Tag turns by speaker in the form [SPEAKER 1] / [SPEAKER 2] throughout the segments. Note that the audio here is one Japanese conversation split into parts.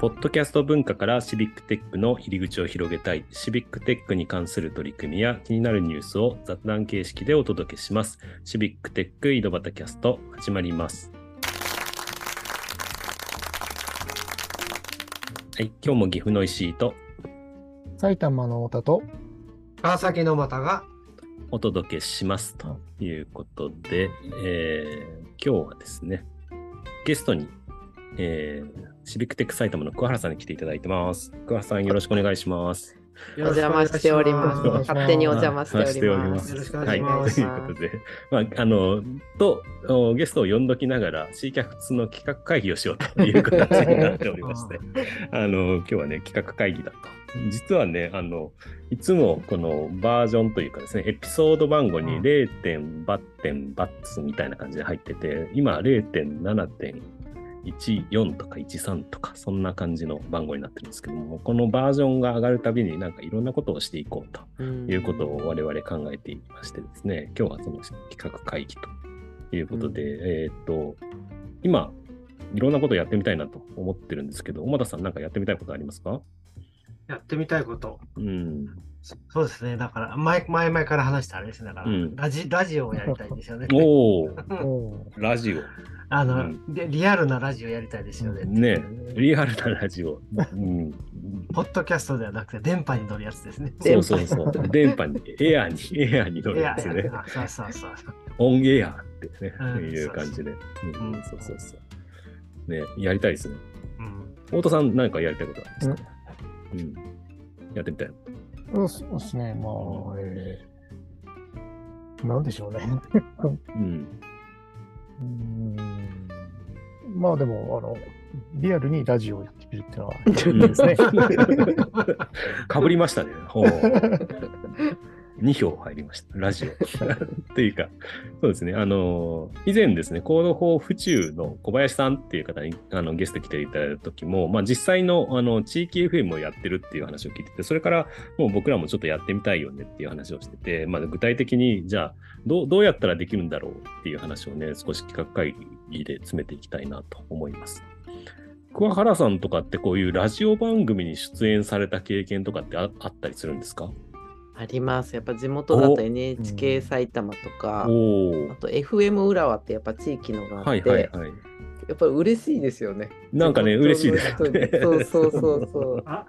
[SPEAKER 1] ポッドキャスト文化からシビックテックの入り口を広げたい、シビックテックに関する取り組みや気になるニュースを雑談形式でお届けします。シビックテック井戸端キャスト始まります。はい、今日も岐阜の石井と
[SPEAKER 2] 埼玉の太田と、
[SPEAKER 3] 川崎の股が、
[SPEAKER 1] お届けしますということで、えー今日はですね、ゲストに、えーシビックテック埼玉の桑原さんに来ていただいてます。桑原さん、よろしくお願いします。
[SPEAKER 4] お邪魔しております。
[SPEAKER 2] よろしくお願いします
[SPEAKER 4] 勝手にお邪魔しておりま
[SPEAKER 3] よ
[SPEAKER 4] す。
[SPEAKER 3] ろしくお願いしま
[SPEAKER 1] はい、と
[SPEAKER 3] す
[SPEAKER 1] いうことで、まあ、あの、と、おゲストを呼んどきながら、C キャスの企画会議をしようという形になっておりまして、あの、今日はね、企画会議だと。実はね、あの、いつもこのバージョンというかですね、エピソード番号に
[SPEAKER 3] うん
[SPEAKER 1] 0点バッテンバッツみたいな感じで入ってて、今0.7.14とか13とか、そんな感じの番号になってるんですけども、このバージョンが上がるたびになんかいろんなことをしていこうということを我々考えていましてですね、今日はその企画会議ということで、えーっと、今、いろんなことやってみたいなと思ってるんですけど、小田さんなんかやってみたいことありますか
[SPEAKER 3] やってみたいこと。
[SPEAKER 1] うん。
[SPEAKER 3] そそうですね。だから、前、前々から話したあれですね。だから、
[SPEAKER 1] うん
[SPEAKER 3] ラジ、ラジオをやりたいんですよね。
[SPEAKER 1] おお、
[SPEAKER 2] お
[SPEAKER 1] ラジオ。
[SPEAKER 3] あ
[SPEAKER 1] う
[SPEAKER 3] の、
[SPEAKER 1] ん
[SPEAKER 3] で、リアルなラジオやりたいですよね。
[SPEAKER 1] ねリアルなラジオ。うん。
[SPEAKER 3] ポッドキャストではなくて、電波に乗るやつですね。
[SPEAKER 1] そうそうそう。電波に、エアに、エアに乗
[SPEAKER 3] い
[SPEAKER 1] る
[SPEAKER 3] や
[SPEAKER 1] や
[SPEAKER 3] い
[SPEAKER 1] つね。
[SPEAKER 3] や、あそうそうそうそう。
[SPEAKER 1] オンエアってね、
[SPEAKER 3] うん
[SPEAKER 1] いう感じで。うん、
[SPEAKER 3] うん
[SPEAKER 1] そうそうそう。ね、やりたいですね。
[SPEAKER 3] うん、
[SPEAKER 1] 太田さん、何かやりたいことありますかうん。やってみたい。
[SPEAKER 2] うんそうですね、まあ、えー、なんでしょうね。
[SPEAKER 1] うん。
[SPEAKER 2] うーんまあでも、あの、リアルにラジオをやってみるって いうの は、いいですね。
[SPEAKER 1] かぶりましたね。ほう。2票入りました。ラジオ。 というか、そうですね。あのー、以前ですね、コードフォー府中の小林さんっていう方にあのゲスト来ていただいた時も、まあ実際のあの地域 FM をやってるっていう話を聞いてて、それからもう僕らもちょっとやってみたいよねっていう話をしてて、まあ具体的にじゃあどう、どうやったらできるんだろうっていう話をね、少し企画会議で詰めていきたいなと思います。桑原さんとかってこういうラジオ番組に出演された経験とかってああったりするんですか
[SPEAKER 4] あります。やっぱ地元だ
[SPEAKER 1] お
[SPEAKER 4] と NHK 埼玉とか、
[SPEAKER 1] おお
[SPEAKER 4] あ。と FM 浦和ってやっぱ地域のがあって、
[SPEAKER 1] はいはいはい。
[SPEAKER 4] やっぱ嬉しいですよね。
[SPEAKER 1] なんかね、嬉しいですよね
[SPEAKER 4] 地。元の人にそうそうそう そう。
[SPEAKER 3] あ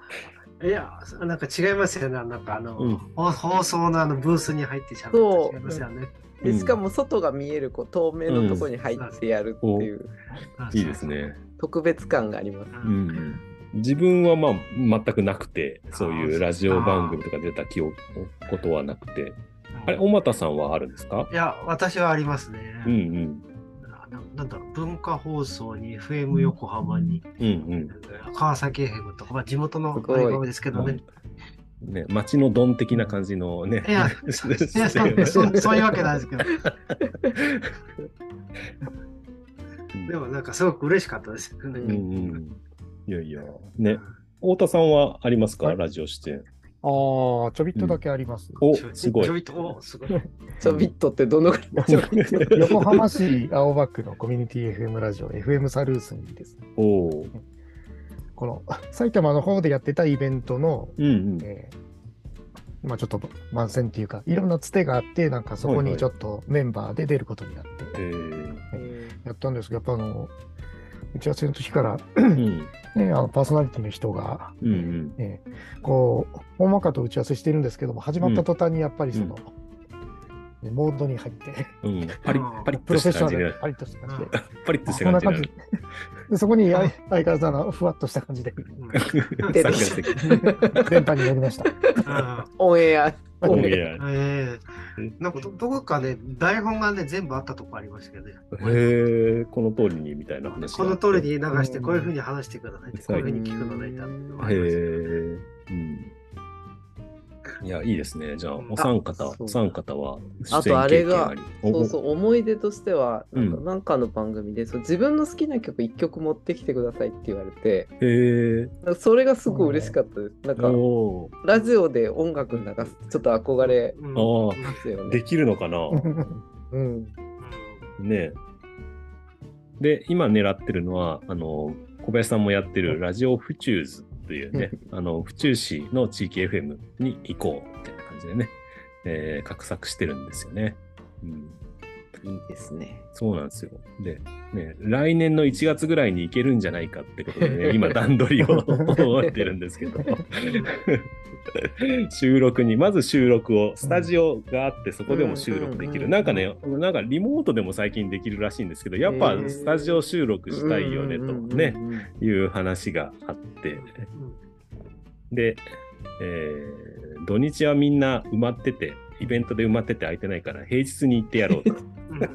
[SPEAKER 3] いや、なんか違いますよね。なんかあ の、
[SPEAKER 1] うん
[SPEAKER 3] 放放送のあのブースに入ってしゃべると違いますよね。
[SPEAKER 1] う
[SPEAKER 4] で
[SPEAKER 1] ん
[SPEAKER 4] しかも外が見えるこう透明のところに入ってやるっていう
[SPEAKER 3] あ
[SPEAKER 1] いいです。ね。
[SPEAKER 4] 特別感があります。
[SPEAKER 3] そう
[SPEAKER 1] う
[SPEAKER 3] そううん
[SPEAKER 1] ん。自分はまあ全くなくて、そういうラジオ番組とか出た記憶ことはなくて。あれ、尾又さんはあるんですか
[SPEAKER 3] いや、私はありますね。
[SPEAKER 1] うんうん。
[SPEAKER 3] ななんだろう文化放送に FM 横浜に、
[SPEAKER 1] うん
[SPEAKER 3] 川崎 FM とか、まあ、地元の
[SPEAKER 4] すごい
[SPEAKER 3] 番組ですけどね。
[SPEAKER 1] うん。ね、街のドン的な感じのね。
[SPEAKER 3] い やいやそうそうそういうわけないですけど、でもなんかすごく嬉しかったですよね。
[SPEAKER 1] うんうん。いやいや。ね。太田さんはありますか
[SPEAKER 2] はい
[SPEAKER 1] ラジオ出演。
[SPEAKER 2] ああ、ちょびっとだけあります。
[SPEAKER 1] お
[SPEAKER 3] ちょ、
[SPEAKER 1] すごい
[SPEAKER 3] ちょ。びっと、おすごい。
[SPEAKER 4] ちょびっとってどのぐらいちょびっと
[SPEAKER 2] 横浜市青葉区のコミュニティ FM ラジオ、FM サルースにですね、
[SPEAKER 1] お お。
[SPEAKER 2] この埼玉の方でやってたイベントの、
[SPEAKER 1] うんうん。
[SPEAKER 2] えーまあちょっと番宣っていうか、いろんなつてがあって、なんかそこ
[SPEAKER 1] はいは
[SPEAKER 2] に
[SPEAKER 1] い
[SPEAKER 2] ちょっとメンバーで出ることになって、
[SPEAKER 1] えー
[SPEAKER 2] やったんですけど、やっぱあの、打ち合わせの時から、
[SPEAKER 1] うん
[SPEAKER 2] ね、あのパーソナリティの人が、
[SPEAKER 1] うんうん。
[SPEAKER 2] ね、こう、大まかと打ち合わせしてるんですけども、始まった途端にやっぱりその、ねモードに 入って、
[SPEAKER 1] うん、パリッパリッ
[SPEAKER 2] プ
[SPEAKER 1] と
[SPEAKER 2] ロ
[SPEAKER 1] し
[SPEAKER 2] フェ
[SPEAKER 1] た
[SPEAKER 2] ッシ
[SPEAKER 1] 感
[SPEAKER 2] ョナ
[SPEAKER 1] じ
[SPEAKER 2] ル
[SPEAKER 1] で
[SPEAKER 2] で、パリッとした感じで、
[SPEAKER 1] パリッとした
[SPEAKER 2] こん
[SPEAKER 1] 感
[SPEAKER 2] な
[SPEAKER 1] じにな
[SPEAKER 2] 感じ
[SPEAKER 1] る。
[SPEAKER 2] でそこに
[SPEAKER 3] う
[SPEAKER 2] あ
[SPEAKER 3] ん
[SPEAKER 2] い相変わらずあの、ふわっとした感じで、
[SPEAKER 3] うん
[SPEAKER 4] 出
[SPEAKER 1] 作
[SPEAKER 4] て
[SPEAKER 1] 家
[SPEAKER 4] き
[SPEAKER 1] 素敵
[SPEAKER 2] 電波に乗 りました。
[SPEAKER 3] うん
[SPEAKER 4] オンエア。
[SPEAKER 1] オン
[SPEAKER 4] ん
[SPEAKER 1] エア
[SPEAKER 3] ええなんかどどこかね、台本がね、全部あったとこありましたけどね。
[SPEAKER 1] へえ、この通りにみたいな話。
[SPEAKER 3] この通りに流して、
[SPEAKER 2] うん
[SPEAKER 3] こういうふうに話してくださいって、こういうふうに聞くのがいたっていうのがあ
[SPEAKER 1] へえ、
[SPEAKER 3] りました
[SPEAKER 1] うん。いや、いいですね。じゃあ、
[SPEAKER 3] うん
[SPEAKER 1] お三方
[SPEAKER 4] あ、そう
[SPEAKER 1] お三方は
[SPEAKER 4] あとあれ
[SPEAKER 1] 出演経
[SPEAKER 4] が
[SPEAKER 1] 験あり
[SPEAKER 4] そう
[SPEAKER 1] お
[SPEAKER 4] そう思い出としては
[SPEAKER 1] う
[SPEAKER 4] なんんかなんかの番組で、そう自分の好きな曲1曲持ってきてくださいって言われて
[SPEAKER 1] へえ。
[SPEAKER 4] なんかそれがすごい嬉しかったです、なんか
[SPEAKER 1] お
[SPEAKER 4] ラジオで音楽流すちょっと憧れ
[SPEAKER 3] うん
[SPEAKER 1] ああ
[SPEAKER 4] ますよ
[SPEAKER 1] ー
[SPEAKER 4] ね
[SPEAKER 1] で、きるのかな
[SPEAKER 4] うん、
[SPEAKER 3] う
[SPEAKER 1] ねえで、今狙ってるのは、あの、小林さんもやってるラジオ府中図というね、あの、府中市の地域 FM に行こうみたいな感じでね、えー、画策してるんですよね。うん、
[SPEAKER 4] いいですね。
[SPEAKER 1] そうなんですよ。で、ね、来年の1月ぐらいに行けるんじゃないかってことで ね、今段取りを覚えてるんですけど、 収録に、まず収録を、スタジオがあって、そこでも収録でき
[SPEAKER 4] うんうんうんう
[SPEAKER 1] る。
[SPEAKER 4] ん
[SPEAKER 1] なんかね、なんかリモートでも最近できるらしいんですけど、やっぱ
[SPEAKER 4] うん
[SPEAKER 1] スタジオ収録したいよね、とね、いう話があって、で、えー土日はみんな埋まってて、イベントで埋まってて空いてないから、平日に行ってやろう と。
[SPEAKER 3] うんうん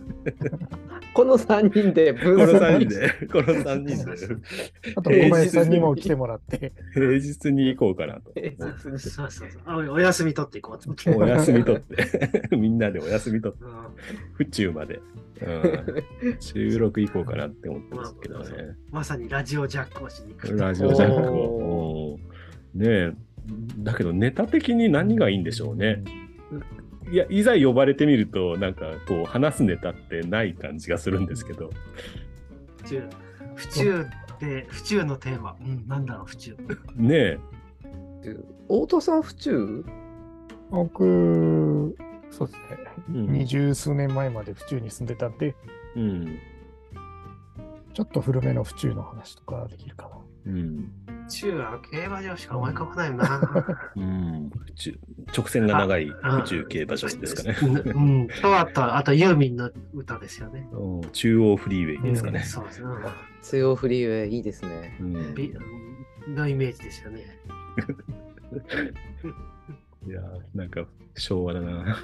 [SPEAKER 4] この3人で分
[SPEAKER 1] この
[SPEAKER 4] 散
[SPEAKER 1] 3人 で、この3人で。
[SPEAKER 2] あと、小林さんにも来てもらって、
[SPEAKER 1] 平日に行こうかなと。
[SPEAKER 3] そうそうそうあお休み取っていこうと思って。
[SPEAKER 1] お休み取って、 みんなでお休み取って、
[SPEAKER 3] うん
[SPEAKER 1] 府中まで、うん、収録行こうかなって思ってますけどね。
[SPEAKER 3] まさにラジオジャックをしに行く。
[SPEAKER 1] ラジオジャックを。うんねえ、だけどネタ的に何がいいんでしょうね。いや、いざ呼ばれてみると、なんかこう話すネタってない感じがするんですけど、
[SPEAKER 3] 府中。府中で、府中のテーマ。うん、なんだろう、府中。
[SPEAKER 1] ねえ、
[SPEAKER 4] 大戸さん府中
[SPEAKER 2] 僕、そうです
[SPEAKER 1] う
[SPEAKER 2] ね、
[SPEAKER 1] ん
[SPEAKER 2] 二十数年前まで府中に住んでたんで、
[SPEAKER 1] うん、
[SPEAKER 2] ちょっと古めの府中の話とかできるかな。
[SPEAKER 1] うん、
[SPEAKER 3] 府中は競馬場しか思い浮かばないな。
[SPEAKER 1] うん、府中直線が長い府中競馬場ですかね。
[SPEAKER 3] うん。と、あと、あとユーミンの歌ですよね。
[SPEAKER 1] うん中央フリーウェイですかね。
[SPEAKER 3] そうですね。
[SPEAKER 4] 中央フリーウェイいい です ね。
[SPEAKER 1] うん
[SPEAKER 3] びのイメージですよね。
[SPEAKER 1] いやーなんか 昭和だな。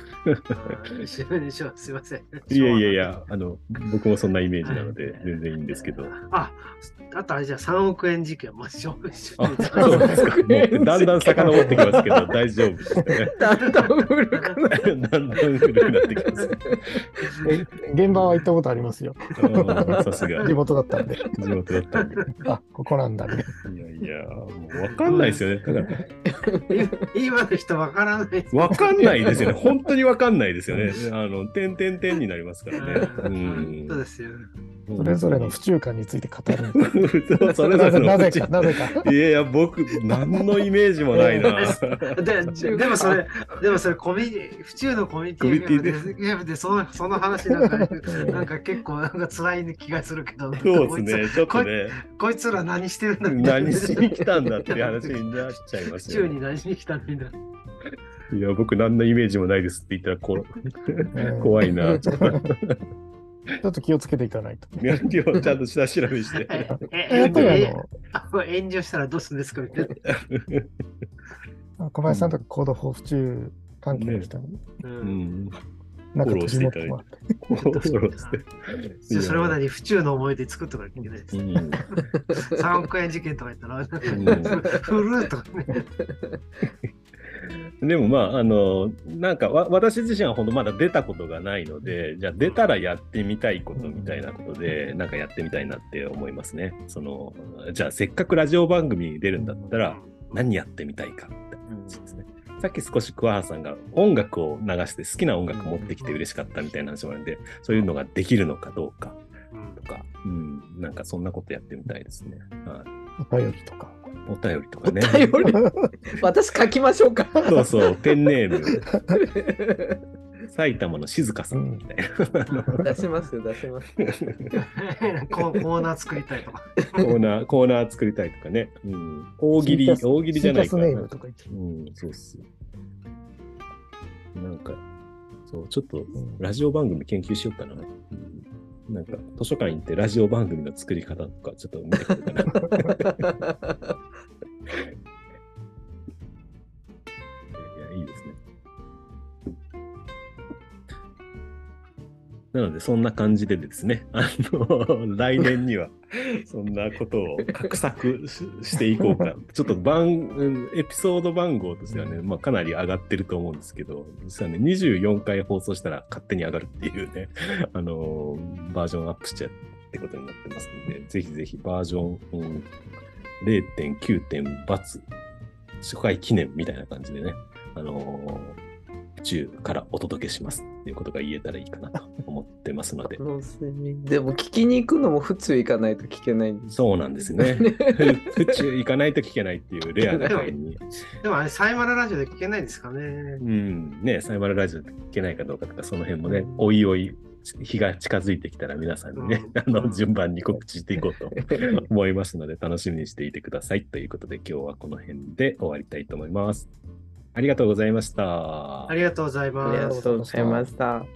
[SPEAKER 3] うんすいませんすいません。
[SPEAKER 1] いやいやいや、あの、僕もそんなイメージなので
[SPEAKER 3] はい、
[SPEAKER 1] 全然いいんですけど。
[SPEAKER 3] あ、あとあれじゃ3億円事件、もう勝負し
[SPEAKER 1] あ、そうですか。もうだんだん遡ってきますけど、大丈夫ですかね。
[SPEAKER 4] だんだん古くな
[SPEAKER 1] だんだん古くなってきます。
[SPEAKER 2] え現場は行ったことありますよ。
[SPEAKER 1] うんさすが、
[SPEAKER 2] 地
[SPEAKER 1] 地
[SPEAKER 2] 元だったんで。
[SPEAKER 1] 元だったんで。
[SPEAKER 2] あ、ここなんだね。
[SPEAKER 1] いやいや、もうわかんないですよね。ただ、
[SPEAKER 3] 今の人わからない。
[SPEAKER 1] わかんないですよね。本当にわかんないですよね。あの、点点点になりますからね。う
[SPEAKER 3] そうで
[SPEAKER 1] ん。
[SPEAKER 3] すよ。
[SPEAKER 2] それぞれの府中観について語る。
[SPEAKER 1] そう それぞ
[SPEAKER 2] な
[SPEAKER 1] れ
[SPEAKER 2] ぜ
[SPEAKER 1] の
[SPEAKER 2] なぜ
[SPEAKER 1] 口
[SPEAKER 2] か、なぜか。
[SPEAKER 1] いやいや、僕、何のイメージもない な。
[SPEAKER 3] でででもそれ、でもそれコミュニ、府中のコミュニティゲームでゲームでそのその話なんか、なんか結構なんか辛い気がするけど、
[SPEAKER 1] そうですね、ちょっとね、
[SPEAKER 3] こいつら何してるんだみたいな
[SPEAKER 1] 何しに来たんだっていう話になっちゃいま
[SPEAKER 3] 府
[SPEAKER 1] す
[SPEAKER 3] 中
[SPEAKER 1] よ、
[SPEAKER 3] に
[SPEAKER 1] ね。
[SPEAKER 3] 何しに来たんだ。
[SPEAKER 1] いや、僕、何のイメージもないですって言ったらこ、怖いな。 ちょっと
[SPEAKER 2] ちょっと気をつけていかないと。
[SPEAKER 1] やるよちゃんと下調べして。
[SPEAKER 3] え、え、
[SPEAKER 2] やっぱり
[SPEAKER 3] え、
[SPEAKER 2] あ
[SPEAKER 3] 炎上したらどうするんですかみたいな。
[SPEAKER 2] の、小林さんとか行動法府中関係の人に、
[SPEAKER 1] う
[SPEAKER 3] う
[SPEAKER 1] んん、
[SPEAKER 2] なんか取り持ってもらって。
[SPEAKER 1] フォローして。
[SPEAKER 3] じゃあそれまでに府中の思い出作っとかなきゃいけないです
[SPEAKER 1] う。ん
[SPEAKER 3] 3億円事件とか言ったら、
[SPEAKER 1] ん
[SPEAKER 3] フルーとかね。
[SPEAKER 1] でもまあ、あの、なんかわ、私自身はほんとまだ出たことがないので、じゃあ出たらやってみたいことみたいなことで、なんかやってみたいなって思いますね。その、じゃあせっかくラジオ番組に出るんだったら、何やってみたいかって話ですね。さっき少し桑原さんが音楽を流して好きな音楽持ってきて嬉しかったみたいな話もあるんで、そういうのができるのかどうか
[SPEAKER 3] うん
[SPEAKER 1] とか、うん、なんかそんなことやってみたいですね。はい
[SPEAKER 2] お便りとか。
[SPEAKER 1] お便りとか
[SPEAKER 4] お
[SPEAKER 1] ね。
[SPEAKER 4] 便り 私書きましょうか。
[SPEAKER 1] そうそう、ペンネ ーム、埼玉の静香さんみたいな、
[SPEAKER 4] 出しますよ出します。
[SPEAKER 3] ココーナー作りたいとか。
[SPEAKER 1] コーナー、コーナー作りたいとかね。うん、大喜利、
[SPEAKER 2] シーカス
[SPEAKER 1] 大喜利じゃない
[SPEAKER 2] シ
[SPEAKER 1] か
[SPEAKER 2] ーカ
[SPEAKER 1] ら
[SPEAKER 2] スネームとか言って。
[SPEAKER 1] うん、そうっす。なんか、そう、ちょっと
[SPEAKER 2] ん
[SPEAKER 1] ラジオ番組研究しようかな。うんなんか、図書館行ってラジオ番組の作り方とか、ちょっと見てくるかな。いや、いいですね。なので、そんな感じでですね、 あの、来年には、そんなことを画策ししていこうかな。ちょっと番、うんエピソード番号としてはね、まあ、かなり上がってると思うんですけど、実はね、24回放送したら勝手に上がるっていうね、あのバージョンアップしちゃうってことになってますので、ぜひぜひバージョン、うん、0.9点バツ初回記念みたいな感じでね、あの中からお届けしますっていうことが言えたらいいかなと思ってますので
[SPEAKER 4] 可。能性にでも聞きに行くのも府中行かないと聞けないんです
[SPEAKER 1] そうなんです ね。ふ府中行かないと聞けないっていうレアな回 に。
[SPEAKER 3] でもあれ、サイマルラジオで聞けないんですかね。
[SPEAKER 1] うん、ね、サイバルラジオで聞けないかどうかとか、その辺もね、おいおい、日が近づいてきたら皆さんにね、
[SPEAKER 3] うん
[SPEAKER 1] あの、順番に告知していこうと思いますので、楽しみにしていてください。ということで、今日はこの辺で終わりたいと思います。ありがとうございました。
[SPEAKER 3] ありがとうございます
[SPEAKER 4] あり。がとうございました。